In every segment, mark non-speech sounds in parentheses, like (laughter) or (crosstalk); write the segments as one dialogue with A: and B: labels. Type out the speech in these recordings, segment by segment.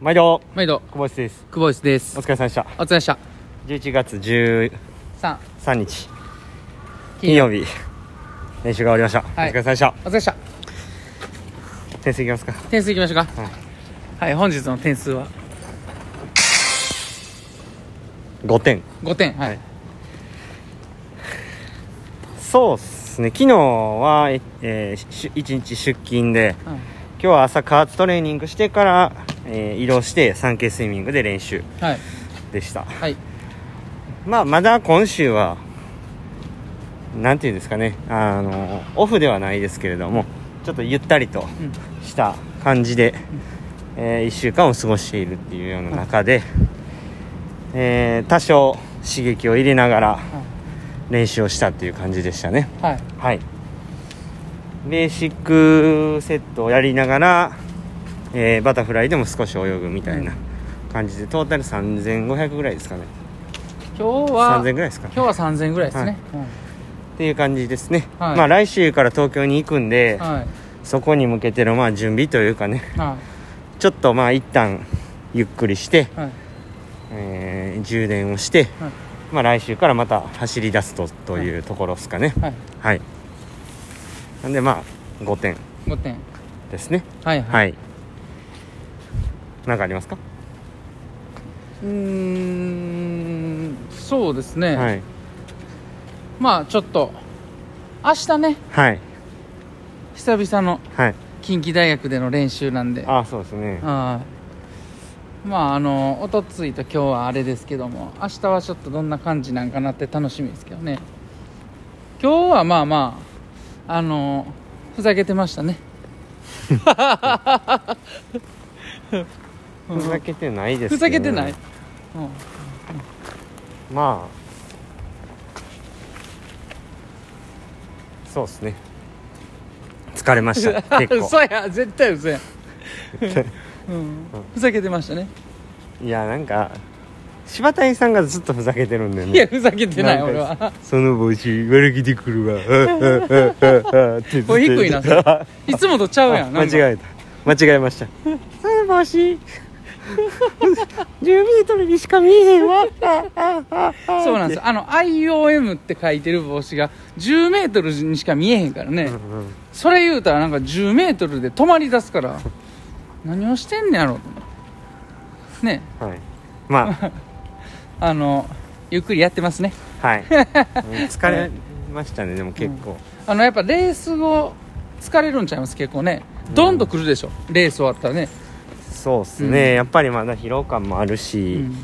A: 毎度
B: 毎度
A: 小林です
B: 久保石です
A: お疲れ様でした
B: お疲れ様でした
A: 11月13
B: 3
A: 日金
B: 金曜
A: 曜日練習が終わりました、
B: はい
A: お疲れ様でした
B: お疲れ様でした
A: 点数いきますか
B: 点数いきましょうか
A: はい
B: はい、本日の点数は
A: 5点
B: 5点はい、
A: はいそうですね昨日は、ええーし1日出勤で
B: う
A: 今日は朝加圧トレーニングしてから、えー移動して産経スイミングで練習
B: んはい
A: でした
B: はい
A: まあまだ今週はなんていうんですかねあのオフではないですけれどもちょっとゆったりと
B: うん
A: した感じで、え1週間を過ごしているっていうような中で、えー多少刺激を入れながら練習をしたっていう感じでしたね
B: はい
A: はいベーシックセットをやりながら、えーバタフライでも少し泳ぐみたいな感じでトータル3500ぐらいですかね
B: 今日は
A: 3000ぐらいですかね
B: 今日は3000ぐらいですね、
A: っていう感じですね、
B: はい
A: まあ来週から東京に行くんで、
B: うんはい
A: そこに向けてのまあ準備というかね (laughs)
B: は
A: ちょっとまあ一旦ゆっくりして、
B: いはい
A: えー充電をして、
B: はい
A: まあ来週からまた走り出すとというところですかね
B: はい
A: はい、なんでまあ5点
B: 5点
A: ですね
B: はいはい、
A: はい何かありますか、
B: うーんそうですね、
A: はい
B: まあちょっと明日ね
A: はい
B: 久々の
A: はい
B: 近畿大学での練習なんで
A: ああそうですね
B: はいまああのおとついと今日はあれですけども明日はちょっとどんな感じなんかなって楽しみですけどね今日はまあまああのふざけてましたね
A: ふざけてないです
B: ふ
A: けど
B: ざけてない、うん
A: まあそうですね疲れま (laughs) した結構
B: (laughs) 嘘や絶対
A: (laughs)
B: 嘘や、うん、ふざけてましたね
A: いやなんか柴谷さんがずっとふざけてるんだよね
B: いやふざけてない
A: なんか
B: 俺は
A: その帽子悪気でく (laughs) るわって言って
B: お
A: (laughs)
B: 低いなそれ
A: あ
B: いつもとちゃうやん
A: 間
B: え
A: 違えた間違えましたその帽子 (laughs) 10メートルにしか見えへんわ
B: そうなんですあの IOM って書いてる帽子が1 0ルにしか見えへんからね、それ言うたらなんか1 0ルで止まり出すから何をしてんねやろと思ってね
A: はいまあ
B: あのゆっくりやってますね
A: (laughs) はい疲れましたねでも結構、
B: あのやっぱレース後疲れるんちゃいます結構ねどんどん来るでしょ、レース終わったらね、
A: そうっすね、やっぱりまだ疲労感もあるし、
B: うん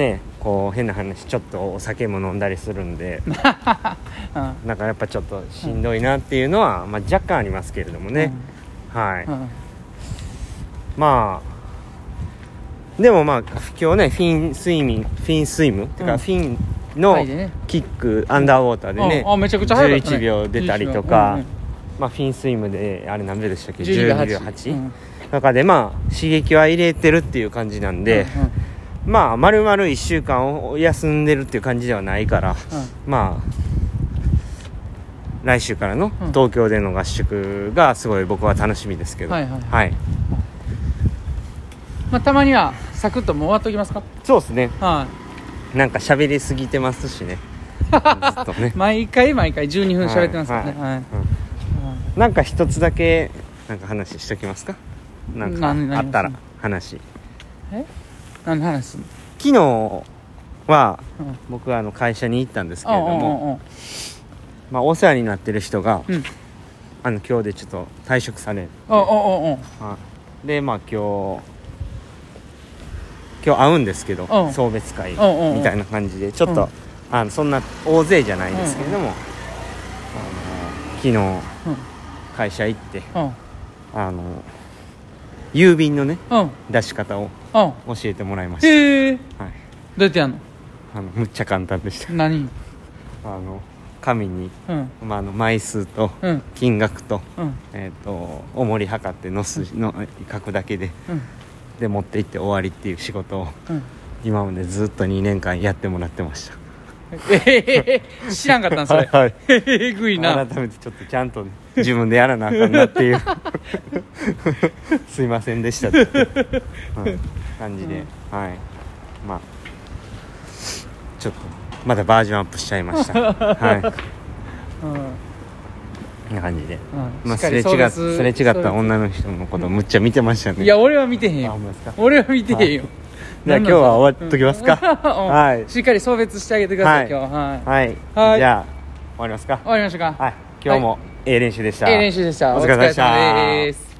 A: ねこう変な話ちょっとお酒も飲んだりするんで
B: うん
A: なんかやっぱちょっとしんどいなっていうのは、まあ、若干ありますけれどもね、はい、
B: うん
A: まあでもまあ今日ねフィンスイミングフィンスイムっていう
B: う
A: か
B: ん
A: フィン
B: は
A: の
B: いでね
A: キックアンダーウォーターでね、
B: ああめちゃくちゃ早かったね
A: 11秒出たりとか、
B: 11秒
A: まあ、フィンスイムであれ何秒でしたっけ
B: 12
A: 12
B: 秒
A: 秒
B: 8,
A: 8、
B: うん
A: 中でまあ刺激は入れてるっていう感じなんで、
B: うんうん
A: まあ丸々1週間を休んでるっていう感じではないからまあ来週からの
B: うん
A: 東京での合宿がすごい僕は楽しみですけど、
B: はいはい
A: はい、
B: まあ、たまにはサクッともう終わっときますか
A: そうですね
B: はい、
A: なんか喋りすぎてますし
B: (laughs)
A: ねずっとね、
B: 毎回毎回12分喋ってますからね、
A: は
B: はいい
A: うんなんか一つだけなんか話しときますかなんか
B: 何何
A: あったら
B: 何
A: 話
B: 何の話すんの
A: 昨日は
B: うん
A: 僕はあの会社に行ったんですけれども、
B: あ
A: まあ、お世話になってる人が、
B: うん
A: あの今日でちょっと退職される
B: あああああ
A: はいでまあ今日今日会うんですけど
B: うん
A: 送別会み
B: うんうんうん
A: たいな感じでちょっ
B: うん
A: とあのそんな大勢じゃないですけれども、あの昨
B: うん
A: 日会社行って
B: うん
A: あの郵便のね
B: うん
A: 出し方を
B: う
A: 教
B: ん
A: えてもらいまし
B: へえど
A: た、はいう
B: やってやんの
A: あのむっちゃ簡単でした (laughs)
B: 何
A: あの紙に、
B: うん
A: まあ、あの枚数と
B: うん
A: 金額と,、
B: うん
A: えー、と重り測ってのすの書くだけで
B: うん
A: で持って行って終わりっていう仕事を
B: うん
A: 今までずっと2年間やってもらってました
B: えへへ知らんかったんそ
A: は
B: れ
A: いはい
B: へへえぐいな
A: 改めてちょっとちゃんとね自分でやらなあかんなっていうすいませんでしたって、はい感じで、はいまあちょっとまだバージョンアップしちゃいましたはい
B: うん
A: こんな感じで、
B: うん
A: まあ、
B: しっか
A: すれ違
B: り
A: っ
B: そうです
A: れ違った女の人のことむっちゃ見てましたね
B: いや俺は見てへん
A: あほ
B: よ
A: んまですか
B: 俺は見てへんよ
A: じゃあ今日は終わっときますかは
B: はいいしっかり送別してあげてくだ
A: は
B: さい
A: い
B: 今日はい
A: はい、
B: はい
A: じゃあ終わりますか
B: 終わりましたか
A: はい今日もええ練習でした、
B: ええ練習でした
A: お疲れ様でした
B: お疲れ様です